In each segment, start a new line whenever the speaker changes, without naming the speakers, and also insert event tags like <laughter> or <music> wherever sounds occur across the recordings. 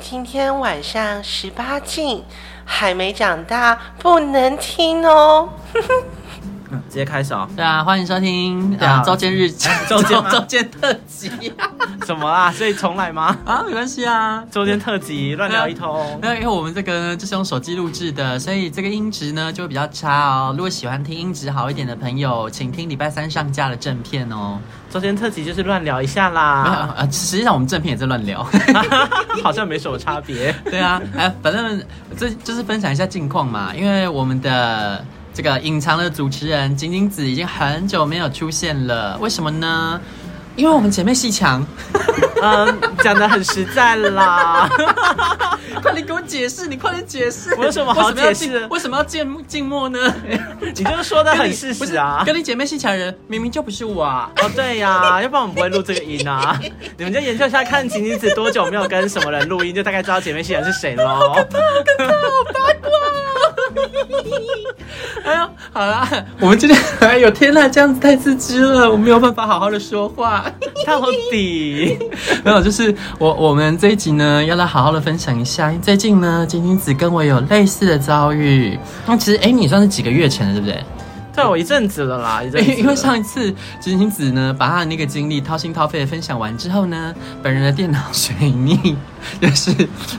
今天晚上十八禁，还没长大不能听哦。
嗯，直接开始哦。
对啊，欢迎收听
对啊
啊周间日记
周间吗
<laughs> 周间特辑
什么啊？所以重来吗？ <laughs>
啊，没关系啊。
周间特辑乱聊一通。
那因为我们这个呢，就是用手机录制的，所以这个音质呢就会比较差哦。如果喜欢听音质好一点的朋友，请听礼拜三上架的正片哦。
周间特辑就是乱聊一下
没有
啦，
<laughs> 啊，实际上我们正片也在乱 <laughs> 聊。
<laughs> 好像没什么差别。
对啊，哎，反正这就是分享一下近况嘛，因为我们的这个隐藏的主持人景景子已经很久没有出现了，为什么呢？因为我们姐妹戏强，
<laughs> 嗯，讲的很实在啦。
快点给我解 <laughs> 释，你快点解释，
我有什么好解释
为什么要静为什么要静静 <laughs> 默呢？
<laughs> 你就是说的很事实啊
不是。跟你姐妹戏强的人明明就不是我啊。
哦，对呀、要不然我们不会录这个音啊。你们就研究一下，看晴晴子多久没有跟什么人录音，就大概知道姐妹戏人是谁 <laughs> 喽。
哎呦，好啦， <laughs> 我们今天哎呦天呐，这样子太刺激了，我没有办法好好的说话。 <laughs>
到底
没有，就是我我们这一集呢，要来好好的分享一下。最近呢，金金子跟我有类似的遭遇。那其实，哎、你也算是几个月前了，对不对？
对我一阵子了啦，一阵 <laughs> 子了
因为上一次金金子呢，把他的那个经历掏心掏肺的分享完之后呢，本人的电脑水逆，就是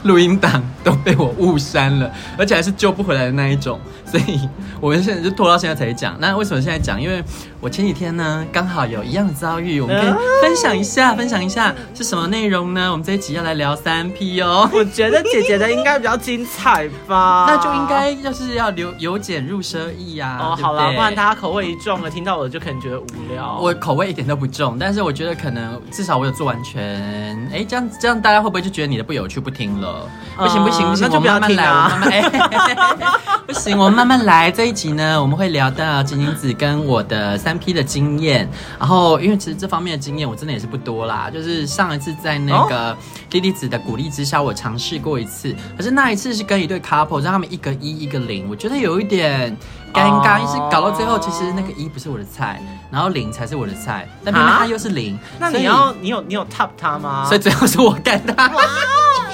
录音档都被我误删了，而且还是救不回来的那一种，所以我们现在就拖到现在才讲。那为什么现在讲？因为我前几天呢，刚好有一样的遭遇，我们可以分享
<laughs>
一下，分享一下是什么内容呢？我们这一集要来聊三 P 哦。
我觉得姐姐的应该比较精彩吧。
那就应该就是要由由俭入奢易呀、
哦，
对
好
对
啦，不然大家口味一重了，听到我就可能觉得无聊。
我口味一点都不重，但是我觉得可能至少我有做完全。哎、这样这样大家会不会就觉得你的不有趣不听了？
嗯
不行不行不行，
那就
我
不要
慢慢
听
来，
啊
我慢慢哎、不行，我们慢慢来。这一集呢，我们会聊到金金子跟我的三 P 的经验，然后因为其实这方面的经验我真的也是不多啦，就是上一次在那
哦
个莉莉子的鼓励之下，我尝试过一次，可是那一次是跟一对 couple，让他们一个一一个零，我觉得有一点。尴尬，
哦
因为是搞到最后，其实那个一不是我的菜，然后零才是我的菜，但偏偏
啊
他又是零，
那
所
你
以
要你有你有 top 他吗？
所以最后是我干他。 <laughs>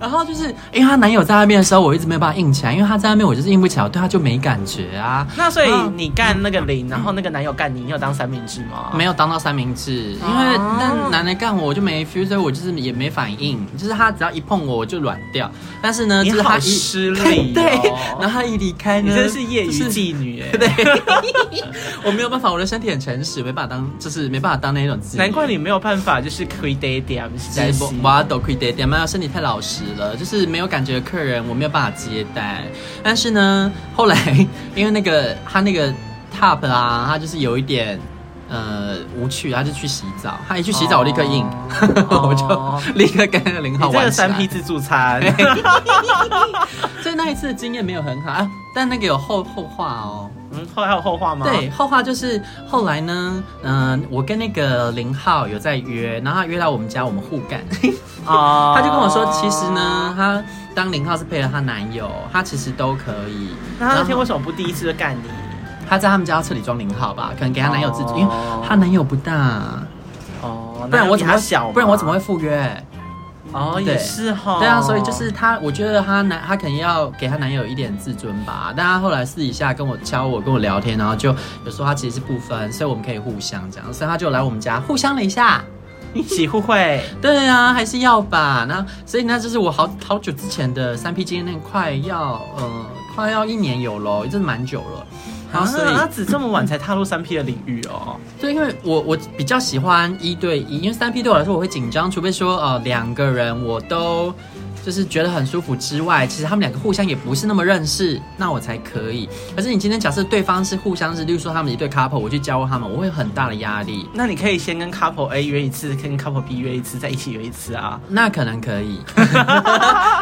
然后就是因为她男友在那边的时候，我一直没有办法硬起来，因为他在那边我就是硬不起来，我对他就没感觉啊。
那所以
嗯
你干那个零，然后那个男友干你，你有当三明治吗？
没有当到三明治，因为
啊
那男的干我，我就没 feel，所以我就是也没反应，就是他只要一碰我，我就软掉。但是呢，
你
就是
好
他一
失礼
<laughs> 对
哦，
然后他一离开
<laughs>
呢，
你真是业余
就是
妓女哎、
对， <laughs> 我没有办法，我的身体很诚实，没办法当，就是没办法当那种自
难怪你没有办法，就是可以 day day 不是在
直播
洗
哇都亏得点嘛，啊身体太老实了，就是没有感觉的客人我没有办法接待。但是呢，后来因为那个他那个 top 啊，他就是有一点。呃，无趣，他就去洗澡。他一去洗澡，我立刻硬，
哦
<laughs> 我就立刻跟那个零号
你这
玩
个
起来
三 P 自助
<laughs>
餐， <laughs>
所以那一次的经验没有很好啊，但那个有后后话哦。
嗯，后还有后话吗？
对，，后话就是后来呢，嗯、我跟那个林浩有在约，然后他约到我们家，我们互干。
哦
他就跟我说，其实呢，，他当林浩是配合她男友，他其实都可以。
那他那
然
天
后
为什么不第一次就干你？
他在他们家彻底装林浩吧，可能给她男友自己，
哦
因为她男友不大，
哦，
不然我怎
那
么会
你比他小嘛？
不然我怎么会赴约？
哦，
对
也是哈。
对啊，所以就是她，我觉得她男，她肯定要给她男友一点自尊吧。但她后来私底下跟我敲我，跟我聊天，然后就有说她其实是不分，所以我们可以互相这样，所以她就来我们家互相了一下。
喜互惠，
对啊，还是要吧。那所以那就是我好好久之前的三 P 经验，快要呃快要一年有咯，真的蛮久了。
啊
然后所以、
阿紫这么晚才踏入三 P 的领域哦。
对，因为我我比较喜欢一对一，因为三 P 对我来说我会紧张，除非说呃两个人我都就是觉得很舒服之外，其实他们两个互相也不是那么认识，那我才可以。可是你今天假设对方是互相是，例如说他们一对 couple，我去教他们，我会有很大的压力。
那你可以先跟 couple A 约一次，跟 couple B 约一次，再一起约一次啊。
那可能可
<laughs>
以，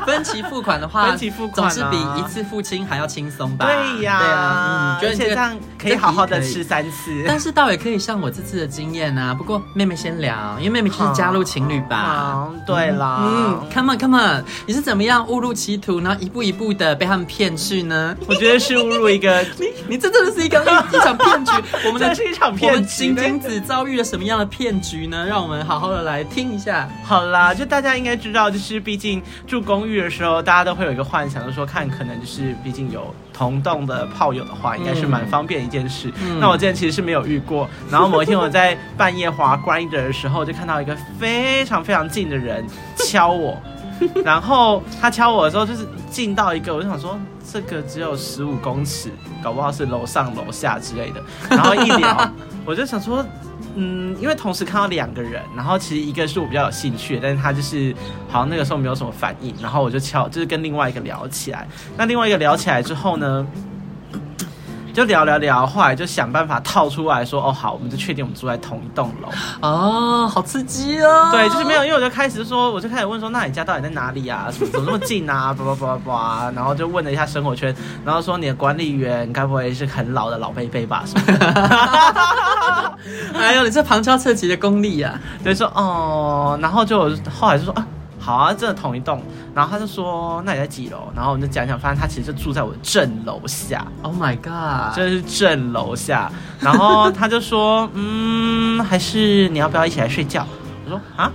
分期付款的话，
分期付款啊
总是比一次付清还要轻松吧？
对呀、
对啊，嗯，觉得
而
你
且这样可以好好的吃三次。
但是倒也可以像我这次的经验啊，不过妹妹先聊，因为妹妹就是加入情侣吧。
好，对啦，
嗯，Come on，Come on，你是怎么样误入歧途，然后一步一步的被他们骗去呢？
我觉得是误入一 <laughs> 个，
你这真的是一个一场骗局，我们的
<laughs> 这是一场
我
骗
们
局
金。金子遭遇了什么样的骗局呢？让我们好好的来听一下。
好啦，就大家应该知道，就是毕竟住公寓的时候，大家都会有一个幻想，就是说看可能就是毕竟有同栋的炮友的话，应该是蛮方便一件事。
嗯
那我之前其实是没有遇过，然后某一天我在半夜滑 Grinder 的时候，就看到一个非常非常近的人敲我，然后他敲我的时候就是近到一个，我就想说这个只有十五公尺，搞不好是楼上楼下之类的。然后一聊，我就想说，嗯，因为同时看到两个人，然后其实一个是我比较有兴趣的，但是他就是好像那个时候没有什么反应，然后我就敲，就是跟另外一个聊起来。那另外一个聊起来之后呢？就聊聊聊，后来就想办法套出来说，哦好，我们就确定我们住在同一栋楼。
哦，好刺激哦！
对，就是没有，因为我就开始说，我就开始问说，那你家到底在哪里啊？什么怎么那么近啊？ <laughs> 叭叭叭叭叭，然后就问了一下生活圈，然后说你的管理员该不会是很老的老贝贝吧？什么的？
哎呦，你这旁敲侧击的功力啊呀、
对，说哦，然后就有后来就说啊。好啊，真的同一栋。然后他就说：“那你在几楼？”然后我们就讲一讲，发现他其实就住在我正楼下，
啊、！Oh my god！
真的是正楼下。然后他就说：“嗯，还是你要不要一起来睡觉？”我说：“啊，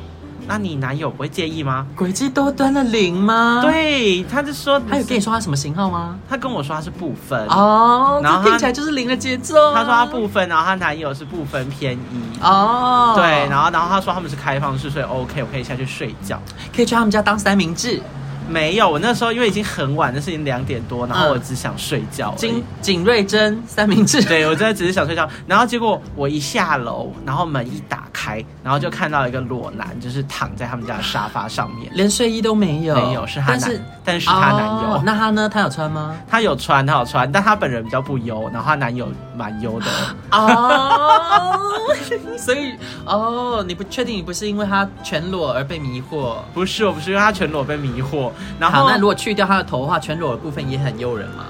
那你男友不会介意吗
诡计多端的零？”吗？，
对，他就说：“
嗯他有跟你说他什么型号吗？
他跟我说他是不分，
哦，
然后他
这听起来就是零的节奏啊。
他说他不分，然后她男友是不分偏一。
哦，
对，然后然后他说他们是开放式，所以 OK，我可以下去睡觉。
可以去他们家当三明治，
没有，我那时候因为已经很晚，那是已经两点多，然后
嗯
我只想睡觉而已
景。景瑞珍三明治。
对，我真的只是想睡觉。然后结果我一下楼，然后门一打开，然后就看到一个裸男，就是躺在他们家的沙发上
<laughs>
面。
连睡衣都没有，
没有，是她
但
男
是，
但是她男友。
哦那她呢？她有穿吗？
她有穿，她有穿，但她本人比较不优，然后她男友蛮优
<laughs>
的。
哦， <laughs> 所以哦，你不确定你不是因为她全裸而被迷惑？
不是，我不是因为她全裸被迷惑。然后
好，那如果去掉她的头的话，全裸的部分也很诱人嘛。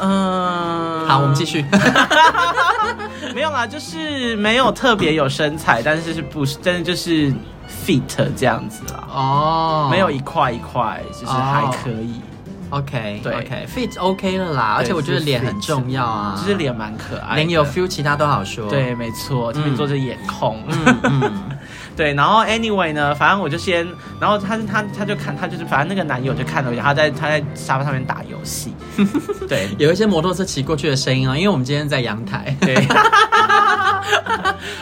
嗯，
好，我们继。续。
没有啦，就是没有特别有身材，但是是不是真的就是 fit 这样子啦，
哦，
<laughs> 没有一块一块，就是还可以，
OK，
对
OK，fit OK 了啦，而且
对
我觉得
是
脸
fit
很重要啊，
就是脸蛮可爱的。
脸有 feel，其他都好说。
对，没错，这边做着眼控。
嗯，嗯，
<laughs> 对，然后 anyway 呢，反正我就先，然后他他他就看他就是，反正那个男友就看了一眼，他在他在沙发上面打游
<laughs>
戏，对
<laughs> 有一些摩托车骑过去的声音啊，因为我们今天在阳台，
对，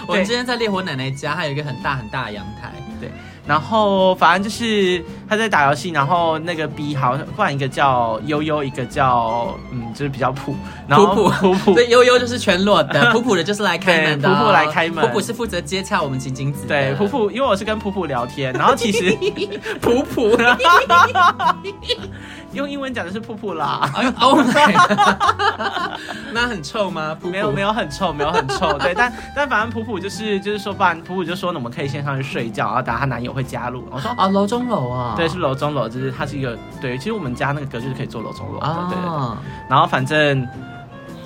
我们今天在烈火奶奶家，还有一个很大很大的阳台。
对，然后反正就是他在打游戏，然后那个 B 好像换一个叫悠悠，一个叫嗯，就是比较普，然后
普
普普
对，悠悠就是全裸 <laughs> 的，普普的就是来开门的哦、
对普普来开门
普普是负责接洽我们晶晶子的，
对普普，因为我是跟普普聊天，然后其
<laughs>
实 <laughs>
普普，
用英文讲的是普普啦。
<laughs> 哎呦，Oh my，那 <laughs> 很臭吗？普普
没有没
有，
有很臭，没有很
<laughs>
臭，对，但但反正普普就是就是说，不然普普就说我们可以先上去睡觉，然后等下她男友会加入。我说
啊，楼中楼啊，
对，是楼中楼，就是它是一个对，其实我们家那个格局是可以做楼中楼的，对对对。
啊，
然后反正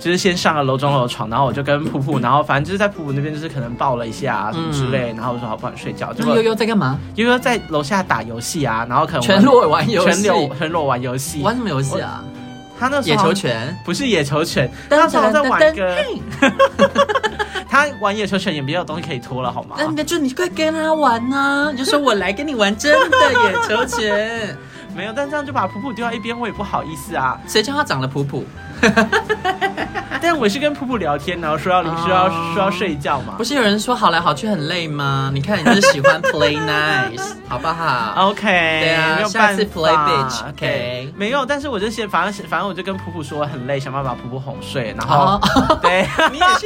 就是先上了楼中楼的床，然后我就跟普
嗯
普，然后反正就是在普普那边就是可能抱了一下、啊、什么之类，然后我说好，不然睡觉。结
那
果
悠悠在干嘛？
悠悠在楼下打游戏啊，然后可能玩
全裸玩游戏
全，裸全裸玩游戏，
玩什么游戏啊？
他那时
野
候
球拳。
不是野球拳，他那时候在玩一个，
噔，
他玩野球拳也没有东西可以脱了好吗？
那就你快跟他玩呐、你就说我来跟你玩真的野球拳。
没有，但这样就把普普丢到一边，我也不好意思啊。
谁叫他长得普普？
但我是跟普普聊天，然后说要临时要
啊哦
说要睡觉嘛
不。是有人说好来好去很累吗？你看你就是
<laughs>
喜欢 play nice，好不好？
OK，对
啊
没有
下次
办
play
法
bitch，OK
对没有，但是我就先，反正反正我就跟普普说很累，想办法把普普哄睡，然后、
哦
<laughs> 对，
<laughs> 你也是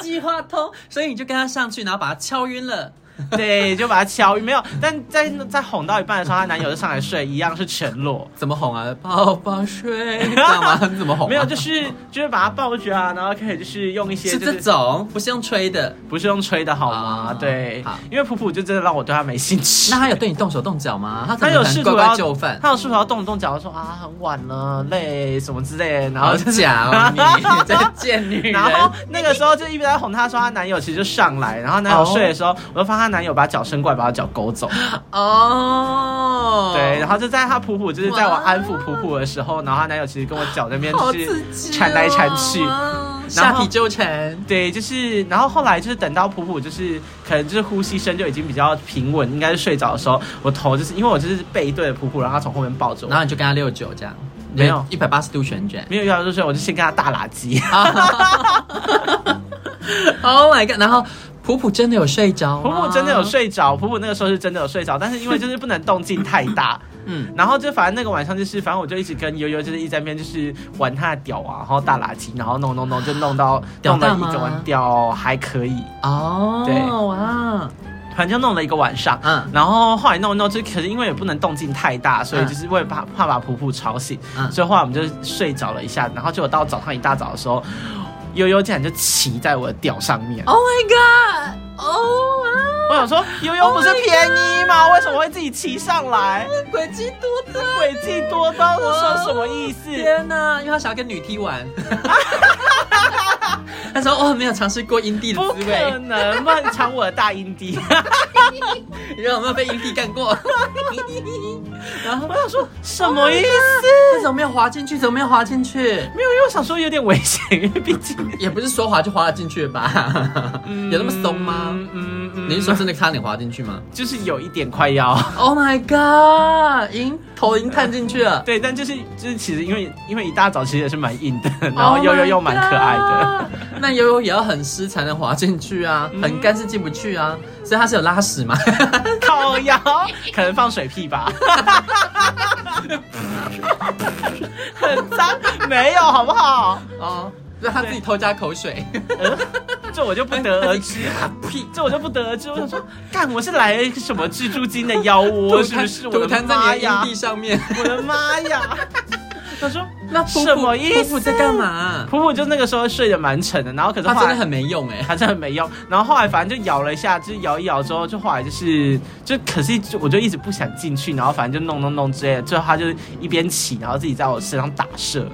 计计划通，所以你就跟他上去，然后把他敲晕了。
<laughs> 对，就把他敲晕。没有，但在在哄到一半的时候，她男友就上来睡，一样是全裸。
怎么哄啊？抱抱睡，知道吗？ <laughs> 你怎么哄、啊？
没有，就是就是把他抱着啊，然后开始就是用一些、
是
就是
这种，不是用吹的。
不是用吹的好吗？
啊
对
好，
因为普普就真的让我对他没兴趣。
那他有对你动手动脚吗？他可
他
能
有
很
试图啊
乖
要
乖就范，
他有试图要动动脚，说啊很晚了，累什么之类的，然后
好
就是
假哦，
<laughs>
你真贱女人。
然后那个时候就一直在哄她说，她男友其实就上来，然后男友睡的时候，我就发现她男友把脚伸过来，把她脚勾走。
哦，
对，然后就在她普普，就是在我
哇
安抚普普的时候，然后她男友其实跟我脚那边
好
就
刺
是
激、哦，
缠来缠去。然
下
后
体纠缠。
对，就是，然后后来就是等到普普就是可能就是呼吸声就已经比较平稳，应该是睡着的时候，我头就是因为我就是背对着普普，然后他从后面抱着我，
然后你就跟他六九这样，
没有
一百八十度旋 <laughs> 转。
没有要入睡，我就先跟他大垃圾。
Oh my god！然后普普真的有睡着，
普普真的有，睡着，普普那个时候是真的有睡着，但是因为就是不能动静太
<laughs>
大，
嗯，
然后就反正那个晚上就是，反正我就一直跟悠悠就是一直在那边就是玩他的屌啊，然后大垃圾，然后弄弄弄就弄到
屌
弄
大
了
吗
一个晚屌还可以，
哦，
对
哇，
反正就弄了一个晚上，
嗯
然后后来弄一弄，就可是因为也不能动静太大，所以就是为了怕怕把普普吵醒，
嗯
所以后来我们就睡着了一下，然后结果到早上一大早的时候，悠悠竟然就骑在我的屌上面，
，Oh my god！哦啊，
我想说悠悠不是
Oh my
便宜吗？为什么会自己骑上来？
诡计多端，
诡计多端，是说什么意思？
天哪！因为他想要跟女踢玩。 <laughs> 他说：“哦，没有尝试过阴蒂的
不
滋
可
味，
能，漫长我的大阴蒂。
你有没有被阴蒂干过？然后
我想说什么意思？
为什么没有滑进去？怎么没有滑进去？
没有，因为我想说有点危险，因为毕竟
也不是说滑就滑得进去吧？有那么松吗？
嗯嗯嗯
你是说真的差点滑进去吗
就是有一点快要
？Oh my god！银头已经探进去了。
对，但就是就是其实因为因为一大早其实也是蛮硬的，然后又又又蛮可爱的。
Oh my Oh god。那悠悠也要很湿才能滑进去啊，很干是进不去啊，所以他是有拉屎吗？
靠腰，可能放水屁吧。 <laughs> 很脏，没有好不好？
哦，让他自己偷加口水，
这我就不得而知，屁，这我就不得而知。我想说， <laughs> 干，我是来什么蜘蛛精的腰窝，是不是？我
吐
的
痰在
妈
你的
呀
阴！蒂上面。
我的妈呀！
<laughs>
他说
那普普
什么意思
普普在干嘛？
普普就那个时候睡得蛮沉的，然后可是
他
后
真
来
的很没用哎。
他真的没用，然后后来反正就摇了一下，就是摇一摇之后，就后来就是就可是我就一直不想进去，然后反正就弄弄弄之类的，最后他就一边起，然后自己在我身上打射，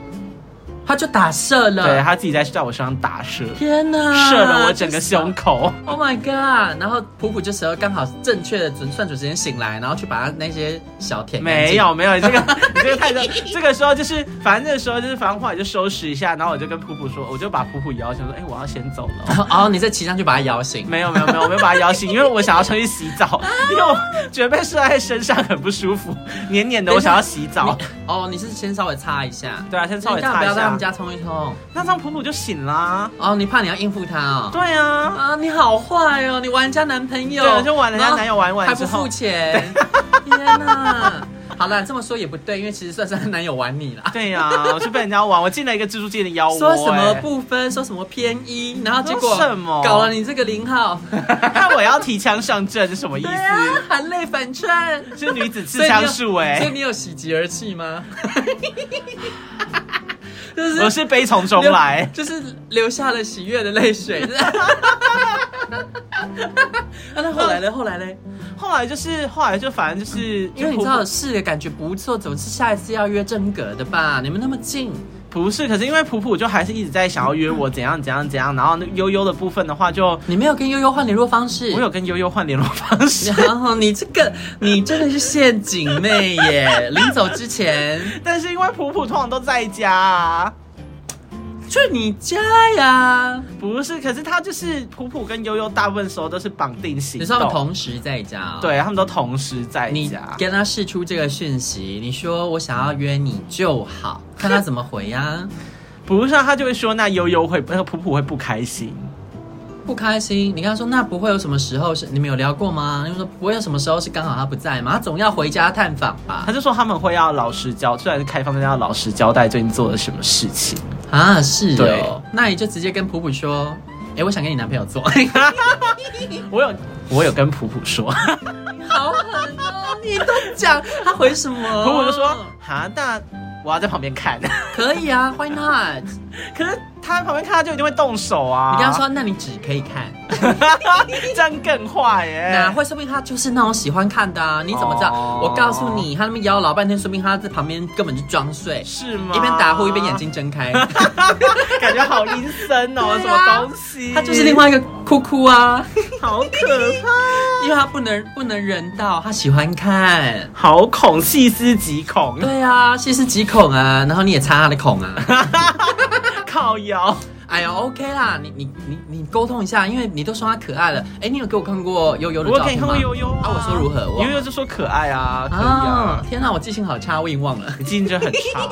他就打射
对
了。
他自己在在我身上打射，
天啊哪！
射了我整个胸口。
Oh my god！然后普普这时候刚好正确的准算准时间醒来，然后去把他那些小舔干净
没，有没有，你这个你这个太多。这个时候就是，反正那个时候就是，反正后来就收拾一下，然后我就跟普普说，我就把普普摇醒，我说，哎、我要先走了。
<laughs> 哦，你在骑上去把他摇醒。
没有没有没有，我没有把他摇醒，因为我想要上去洗澡，因为我觉得被射在身上很不舒服，黏黏的，我想要洗澡
你。哦，你是先稍微擦一下，
对啊，先稍微
你干嘛
擦
不要
一
在他们
下。
家冲一冲。
那这样普普就醒啦。
哦，你怕你要应付他哦。
对啊，
啊，你好坏哦！你玩人家男朋友，
对就玩人家男友玩完
然后
之
还不
后 <laughs>
付钱，天哪！好啦，这么说也不对，因为其实算是她男友玩你啦。
对呀，我是被人家玩，我进了一个蜘蛛界的腰窝。
说什么
哎？
不分，说什么偏一，然后结果
说什么
搞了你这个零 <laughs> 号，
看我要提枪上阵是什么意
对啊
思？，
含泪反串。
是女子持枪术哎
所以你有所以。你有喜极而泣 <laughs> 吗？就是
我是悲从中
流
来，
就是流下了喜悦的泪 <laughs> 水。啊，那后来呢？后来呢？
后来就是后来就反正就是，
因为你知道是的感觉不错，总是下一次要约正格的吧？你们那么近，
不是，可是因为普普就还是一直在想要约我怎样怎样怎样，然后那悠悠的部分的话就，
你没有跟悠悠换联络方式。
我有跟悠悠换联络方
<laughs>
式，
然后你这个，你真的是陷阱妹
<laughs>
耶！临走之前
但是因为普普通常都在家啊，
去你家呀，
不是，可是他就是普普跟悠悠大部分时候都是绑定行
你
动，
说他们同时在家、哦？。
对他们都同时在
你
家，
跟他试出这个讯息，你说我想要约你就好，看他怎么回呀、
<laughs> 不是、啊、他就会说那悠悠会那个普普会不开心，
不开心，你跟他说那不会有什么时候是你们有聊过吗？你就说不会有什么时候是刚好他不在吗？他总要回家探访吧
<laughs> 他？就说他们会要老实交，虽然是开放，但要老实交代最近做了什么事
<laughs>
情。 <laughs>
啊，是
对 <laughs>
哦，那你就直接跟普普说，哎、我想跟你男朋友做，
我有我有跟普普说，
好狠哦！你都讲他回什么？
普普就说
哦
哈，那我要在旁边看。 <laughs>
可以啊，Why not？
可是他在旁边看，他就一定会动手啊。
你跟他说，那你只可以看，
<laughs> 这样更坏耶、
哪会？说不定他就是那种喜欢看的啊！你怎么知道？
哎哦
我告诉你，他那边摇老半天，说不定他在旁边根本就装睡，
是吗？
一边打呼一边眼，睛睁开，
<laughs> 感觉好阴森哦、什
对啊
么东西？
他就是另外一个哭哭啊，
好可怕，
因为他不能不能人道，他喜欢看。
好恐，细思极恐，
对啊，细思极恐啊，然后你也插他的
<laughs>
孔啊。
靠腰。
哎呀，OK 啦，你你你你沟通一下，因为你都说他可爱了。哎，你有给我看过悠悠的
我
照
给
片吗？
你看过悠悠
啊我说如何我
悠悠就说可爱啊，可以
啊
啊！，
天哪，我记性好差，我已经忘了。
你记性就很
<laughs>
差。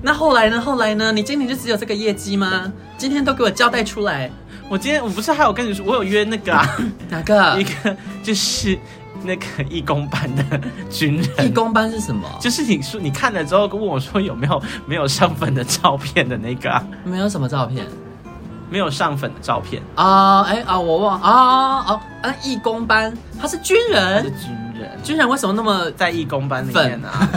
那后来呢？后来呢？你今年就只有这个业绩吗？今天都给我交代出来，
我今天我不是还有跟你说，我有约那个啊，
哪个
一个就是那个义工班的 <laughs> 军
义
人。
工班是什么？
就是你说你看了之后问我说有没有没有上粉的照片的那个、啊， <laughs>
没有什么照片
没有上粉的照片，
啊？哎啊，我忘啊哦啊！义工班他是军
他是
人，
军人，
军人为什么那么？
在义工班里面啊，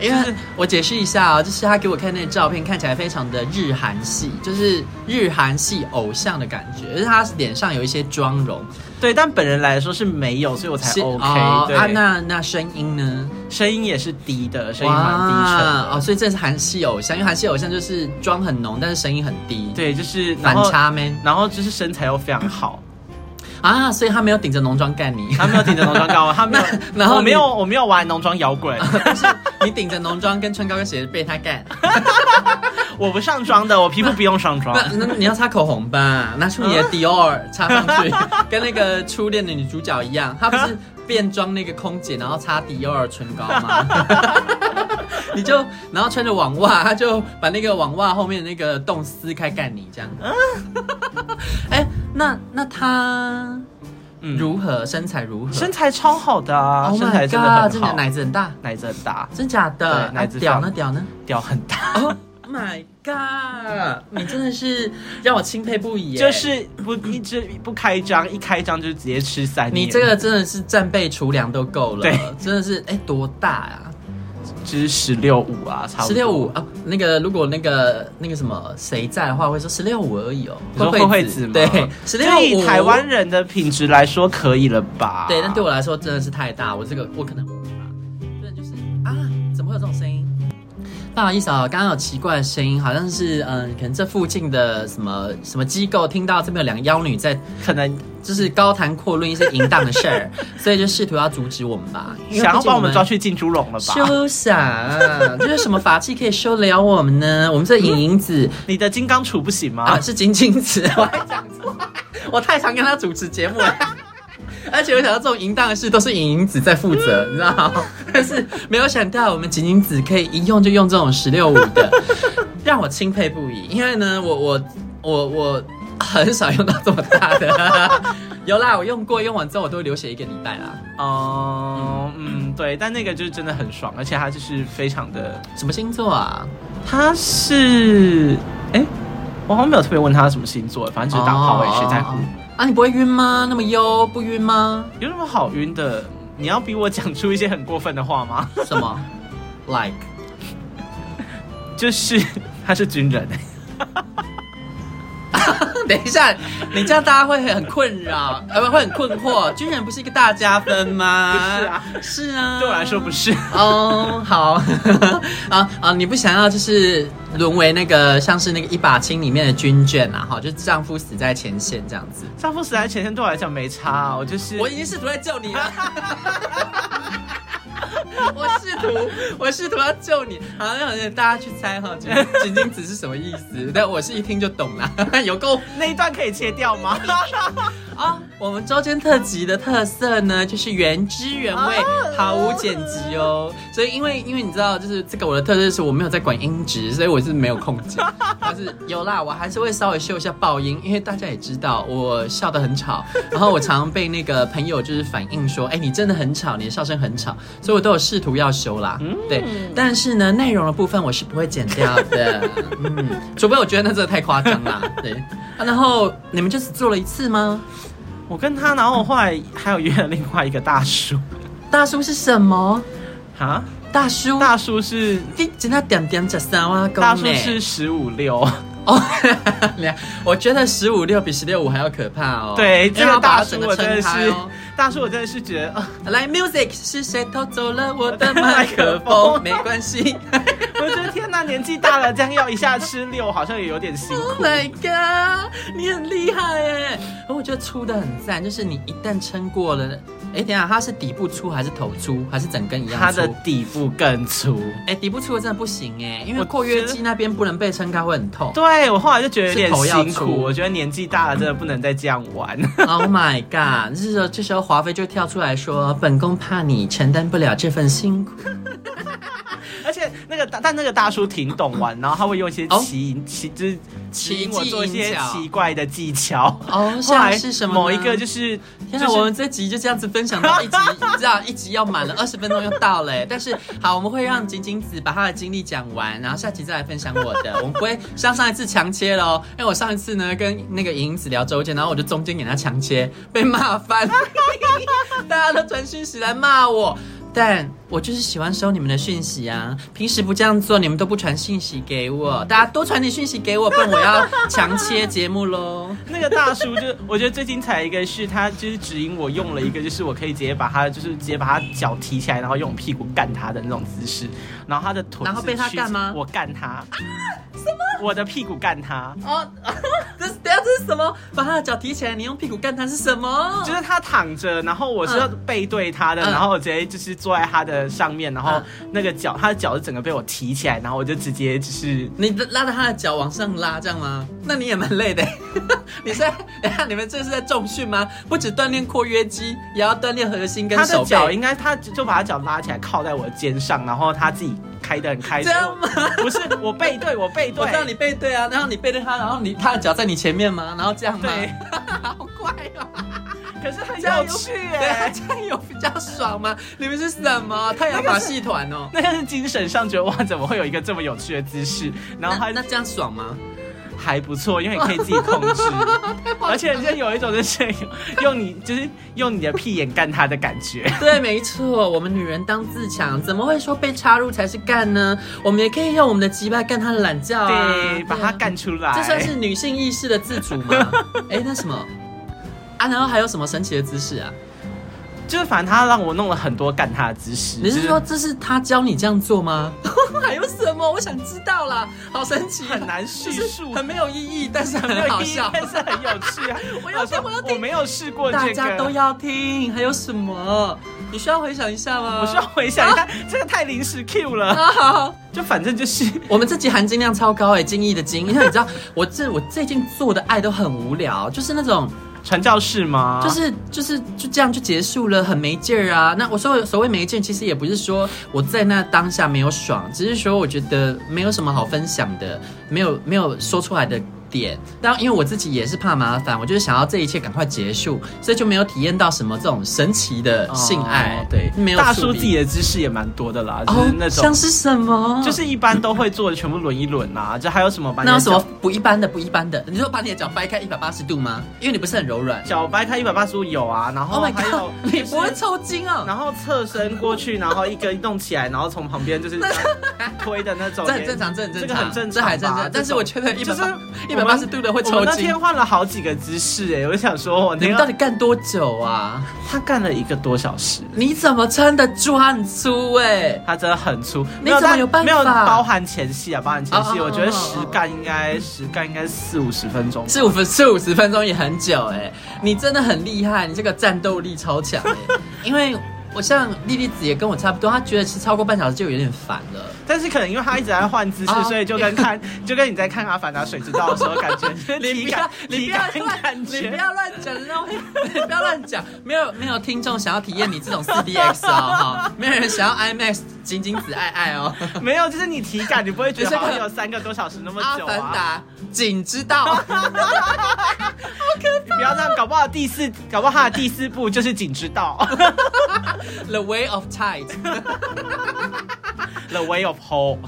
因为我解释一下啊，就是他给我看那个照片，看起来非常的日韩系，就是日韩系偶像的感觉，而且他脸上有一些妆容，
<laughs> 对，但本人来说是没有，所以我才
是
OK、
哦
对，
啊，那那声音呢？
声音也是低的，声音蛮低沉的
哇哦，所以这是韩系偶像，因为韩系偶像就是妆很浓，但是声音很低，，
对，就是然
反
后
差 man
然后就是身材又非常好，
啊，所以他没有顶着浓妆干你，，
他没有顶着浓妆膏，他没有
<laughs> 然后
我
你
没有，我没有玩浓妆摇滚，
但是你顶着浓妆跟穿高跟鞋被他干，
我不上妆的，我皮肤不用上妆
那。那你要擦口红
啊
吧，拿出你的 Dior 擦上去， <laughs> 跟那个初恋的女主角一样，她不是变装那个空姐，然后擦 Dior 唇膏吗？ <laughs> 你就然后穿着网袜，他就把那个网袜后面那个洞撕开干你这样。
啊
<laughs> 哎、那那他
嗯
如何？身材如何？
身材超好的啊
Oh
身材
my
真的很好，
god！真的奶子很大，
奶子很大，
真假的？
对奶子
啊屌呢？
非常
屌呢
屌很大，
？Oh my god！你真的是让我钦佩不已耶。
就是不一直不开张，一开张就直接吃三年。
你这个真的是战备储粮都够了，
对，
真的是哎、多大啊？
就是十六五啊，差不多
十六五啊，那个如果那个那个什么谁在的话，会说十六五而已哦，
你说慧慧子吗？ <laughs>
对，十六
就以
五
台湾啊人的品质来说，可以了吧？
对，但对我来说真的是太大，我这个我可能无法。真的就是啊，怎么会有这种声音？不好意思啊、刚刚有奇怪的声音，好像是嗯，可能这附近的什么什么机构听到这边有两个妖女在，
可能
就是高谈阔论一些淫荡的事
<laughs>
儿，所以就试图要阻止我们吧，因为
想
毕
要
竟
把我们抓去进猪笼了吧？
休想，这是什么法器可以收留我们呢？我们这影影子
<laughs> 你的金刚杵不行
啊，
吗？
是金金子， <laughs> 我还讲错，我太常跟他主持节目了。 <laughs> 而且我想到这种淫荡的事都是影影子在负责，你知道吗？但是没有想到我们景影子可以一用就用这种十六五的，让我钦佩不已。因为呢，我我我我很少用到这么大的， <laughs> 有啦，我用过，用完之后我都会流血一个礼拜啦。
哦，嗯，对，但那个就是真的很爽，而且它就是非常的，
什么星座啊？
它是，哎、我好像没有特别问他什么星座，反正只是打炮而已，谁在乎
哦？啊？你不会晕吗？那么优不晕吗？
有什么好晕的？你要逼我讲出一些很过分的话吗？
什么 <laughs> ？like
就是 <laughs> 他是军人，
等一下，你这样大家会很困扰，呃，不会很困惑。军人不是一个大加分吗？
不 <laughs> 是啊，
是啊，
对我来说不
是。
是。 <laughs>
哦、好， <laughs> 啊啊，你不想要就是沦为那个像是那个一把青里面的军眷啊，哈，就是丈夫死在前线这样子。
丈夫死在前线对我来讲没差啊、我就是
我已经试图在救你了。我试图，我试图要救你，好让大家去猜哈，仅仅仅只是 <laughs> 什么意思？但我是一听就懂了， <laughs> 有够
那一段可以切掉 <laughs> 吗？
啊！我们周间特辑的特色呢，就是原汁原味，毫无剪辑哦。所以因为因为你知道，就是这个我的特色是我没有在管音质，所以我是没有控制。但是有啦，我还是会稍微修一下爆音，因为大家也知道我笑得很吵，然后我常被那个朋友就是反映说，哎、你真的很吵，你的笑声很吵，所以我都有试图要修啦。对，但是呢，内容的部分我是不会剪掉的，嗯，除非我觉得那真的太夸张啦。对、啊然后你们就只做了一次吗？
我跟他，然后我后来还有约了另外一个大叔，
大叔是什么？
哈，
大叔，
大叔是
你真的点点十三万公呢
大叔是十五六，
哦， <laughs> 我觉得十五六比十六五还要可怕哦。
<laughs> 对，
因为
这个
要把
大
它
叔
整
我
个
真的
撑开
是
哦。，
<laughs> 大叔我真的是觉得， <laughs> 啊
来，music 是谁偷走了我的麦克
麦克
风？
<laughs> 风
没关系。
我觉得天呐，年纪大了这样要一下吃六，好像也有点 <laughs> 辛
Oh
苦。
my god！你很厉害耶！而我觉得粗的很赞，就是你一旦撑过了，哎，等一下它是底部粗还是头粗还是整根一样
它
粗
的？底部更粗，
哎，底部粗的真的不行哎，因为
我
括约肌那边不能被撑开会很痛。
对我后来就觉得有点
是头要
辛
粗
苦，我觉得年纪大了真的不能再这样玩。
Oh my god！这时候这时候华妃就跳出来说：“本宫怕你承担不了这份辛苦。”
而且那个大，但那个大叔挺懂玩，然后他会用一些
哦
奇奇就是指引我
奇技
做一些
淫巧
奇怪的技巧。
哦，
后
<laughs> 像
来
是什么呢？
某一个就是，
天
就
哪，
是
我们这集就这样子分享到一集，你知道一集要满了 <laughs> 二十分钟又到了欸耶，但是好，我们会让景景子把她的经历讲完，然后下集再来分享我的，我们不会像上一次强切喽，因为我上一次呢跟那个莹子聊周间，然后我就中间给她强切，被
<laughs>
骂翻，大家都传讯息来骂我。但我就是喜欢收你们的讯息啊！平时不这样做，你们都不传讯息给我，大家多传点讯息给我，不然我要强切节目喽。
那个大叔就，我觉得最精彩的一个是他就是指引我用了一个，就是我可以直接把他就是直接把他脚提起来，然后用屁股干他的那种姿势，然后他的腿
然后被他
是屈
干吗啊
我干他，什么？我的屁股干他，
哦， <laughs> 这是等下这是什么？把他的脚提起来，你用屁股干他是什么？
就是他躺着，然后我是要背对他的，
哦嗯
然后我直接就是坐在他的上面，然后
嗯
那个脚，他的脚是整个被我提起来，然后我就直接就是。
你拉着他的脚往上拉，这样吗？那你也蛮累的。 <laughs> 你在 <laughs> 等下你们这是在重训吗？不止锻炼括约肌，也要锻炼核心跟
他的
手
脚
背。
应该，他就把他脚拉起来靠在我肩上，然后他自己开得很开心。
这样吗
不是，我背对，我背对。
我知道你背对啊，然后你背对他，然后你他的脚在你前面吗？然后这样吗？
对，
好怪哦、
可是很
这样
有
有
趣
对啊，
哎、
<laughs> 这样有比较爽吗？你们是什么太阳马戏团哦？
那个是精神上觉得哇，怎么会有一个这么有趣的姿势？然后
那
还
那这样爽吗？
还不错，因为你可以自己控
<laughs>
制，而且就有一种就是用你就是用你的屁眼干他的感觉。
<laughs> 对，没错，我们女人当自强，怎么会说被插入才是干呢？我们也可以用我们的鸡巴干他的懒觉啊，
对，把它干出来。
这算是女性意识的自主
<laughs>
吗？哎，那什么啊？然后还有什么神奇的姿势啊？
就是反正他让我弄了很多干他的姿势。
你
就是 <laughs>
说这是他教你这样做吗？ <laughs> 还有什么？我想知道啦，好神奇啊，
很难叙述，
很没有意义，但是
没有
很好
意义 <laughs>
笑。
但是很有趣啊！
<laughs> 我要听
说
我要
我
听
没有试过这
大
个，
家都要听，还有什么？你需要回想一下吗？
我需要回想一下，这个太临时 Q 了。
啊，好好。
就反正就是
我们这集含金量超高哎、欸，精益的精，因为你知道我这我最近做的爱都很无聊，就是那种
传教士吗？
就是就是就这样就结束了，很没劲儿啊。那我说所谓没劲，其实也不是说我在那当下没有爽，只是说我觉得没有什么好分享的，没有没有说出来的。点，但因为我自己也是怕麻烦，我就是想要这一切赶快结束，所以就没有体验到什么这种神奇的性爱。
哦对，
没有
大
触
叔
底
自己的姿势也蛮多的啦，就
哦
是，那
像
种。
是什么，
就是一般都会做的，全部轮一轮啊，就还有什么把你的
那有什么
脚
不一般的？不一般的，你说把你的脚掰开一百八十度吗？因为你不是很柔软。
脚掰开一百八十度有啊，然
Oh
后
my
还有
god！你 <laughs>
就是
不会抽筋啊？
然后侧身过去，然后一个弄起来，然后从旁边就是推的那
<laughs>
种，
这很正常，这很
这
正
个
常，
很正常吧，
这还正常。但是我
这
觉得一百
就是
八一
我
百
们
八十度的会
种
抽
我们那
筋
天。换了好几个姿势哎、我就想说，我
你
那
们到
个
底干多久啊？
他干了一个多小时，
你怎么撑得住？它很粗哎、
他真的很粗，
你怎么
但
有办法
没有包含前戏啊，包含前戏，
哦哦哦
我觉得
哦哦
实干应该实干应该四五十分钟，
四五分四五十分钟也很久哎、你真的很厉害，你这个战斗力超强
<laughs>
哎、因为我像莉莉子也跟我差不多，她觉得其实超过半小时就有点烦了。
但是可能因为他一直在换姿势，
哦
所以就跟
<laughs>
看就跟你在看《阿凡达》水之道的时候感觉体感体感感
你不
觉。
要乱讲，你知道吗？ <laughs> 你不要乱讲，没有没有听众想要体验你这
<laughs>
种 4DX 哦，哈，没有人想要 IMAX 仅仅只爱爱哦。
没有，就是你体感，你不会觉
你 <laughs>
得
是个
好像有三 <laughs> 个多小时那么
阿
久
凡
啊！
达，仅
<laughs>
知道，
你不要这样，搞不好第四，搞不好他的第四部就是仅知道
The Way of Tide。
The Way of Hope。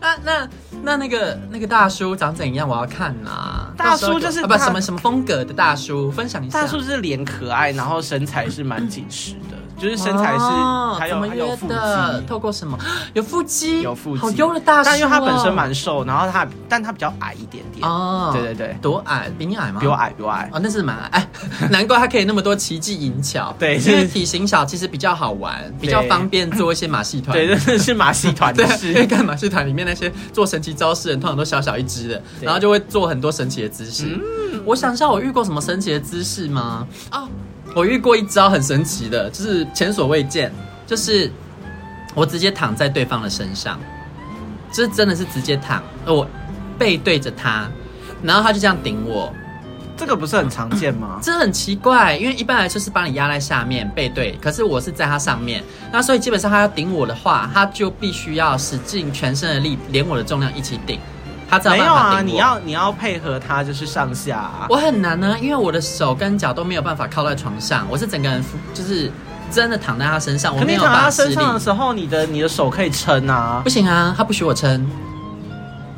那那那那个那个大叔长怎样？我要看呐、啊。
大叔就是
啊不
他
什么什么风格的大叔，分享一下。
大叔是脸可爱，然后身材是蛮紧实的，就是身材是
哦
还
怎
有
么
还有
约
腹
的？
肌。
透过什么？有腹肌，
有腹肌，
好优的大叔、哦。
但因为他本身蛮瘦，然后他但他比较矮一点点，
哦，
对对对
多矮？比你矮吗？
比我。矮，比我矮。
哦，那是蛮矮， <laughs> 难怪他可以那么多奇技淫巧。
对
因为
是
体型小，其实比较好玩，比较方便做一些马戏团。
<laughs> 对，真的是马戏 <laughs> 团
<laughs> 对
的
啊，因为
事。
看马戏团里面那些做神奇招式的人，通常都小小一只的，
对嗯
然后就会做很多神奇的姿势。我想一下，我遇过什么神奇的姿势吗？
哦
啊，我遇过一招很神奇的，就是前所未见，就是我直接躺在对方的身上，这真的是直接躺，呃我背对着他，然后他就这样顶我，
这个不是很常见吗？
这很奇怪，因为一般来说是把你压在下面背对，可是我是在他上面，那所以基本上他要顶我的话，他就必须要使尽全身的力，连我的重量一起顶，他
<laughs>
才
没
有
有
办法
啊，
顶我。
你要你要配合他，就是上下啊、
我很难呢、因为我的手跟脚都没有办法靠在床上，我是整个人俯就是真的躺在他身上，我
可
没
你
有
躺在
把
他
持
身
力。
上的时候，你的你的手可以撑啊
不。行啊，他不许我撑，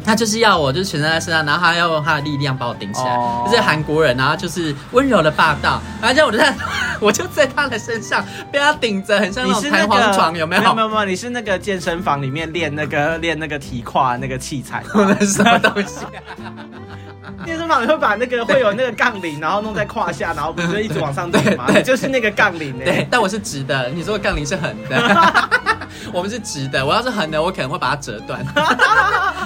他就是要我就是全身在身上，然后他要用他的力量把我顶起来，
哦
就是韩国人，然后就是温柔的霸道，然后这样我就在 <laughs> 我就在他的身上被他顶着，很像
你
那种
是 <laughs> 那
弹
个
簧床，有没
没有
有？ <laughs>
没有没有，你是那个健身房里面练那个练那个提胯那个器材吗。
什么东西、啊？
健身房你会把那个会有那个杠铃，然后弄在胯下，然后不是一直往上顶吗？
对对
你就是那个杠铃欸
对，，但我是直的，你说杠铃是横的，
<laughs>
我们是直的。我要是横的，我可能会把它折断。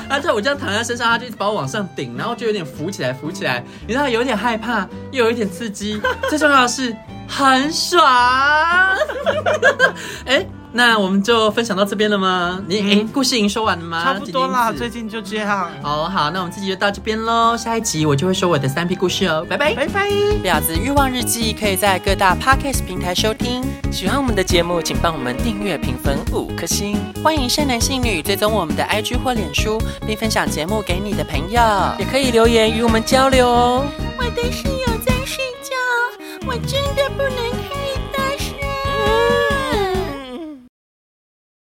他在我这样躺在身上，他就一直把我往上顶，然后就有点浮起来，浮起来，你知道有点害怕，又有一点
<laughs>
刺激，最重要的是很爽。 <laughs> 哎、那我们就分享到这边了吗？你哎、故事已经说完了吗？
嗯差不多啦，
锦
最
鲤子
近就这样，
哦，好，那我们这集就到这边喽。下一集我就会说我的三 P 故事哦，拜拜。
拜拜。
《婊子欲望日记》可以在各大 podcast 平台收听。喜欢我们的节目，请帮我们订阅、评分五颗星。欢迎善男信女追踪我们的 IG 或脸书，并分享节目给你的朋友，也可以留言与我们交流哦。
我的室友在睡觉，我真的不能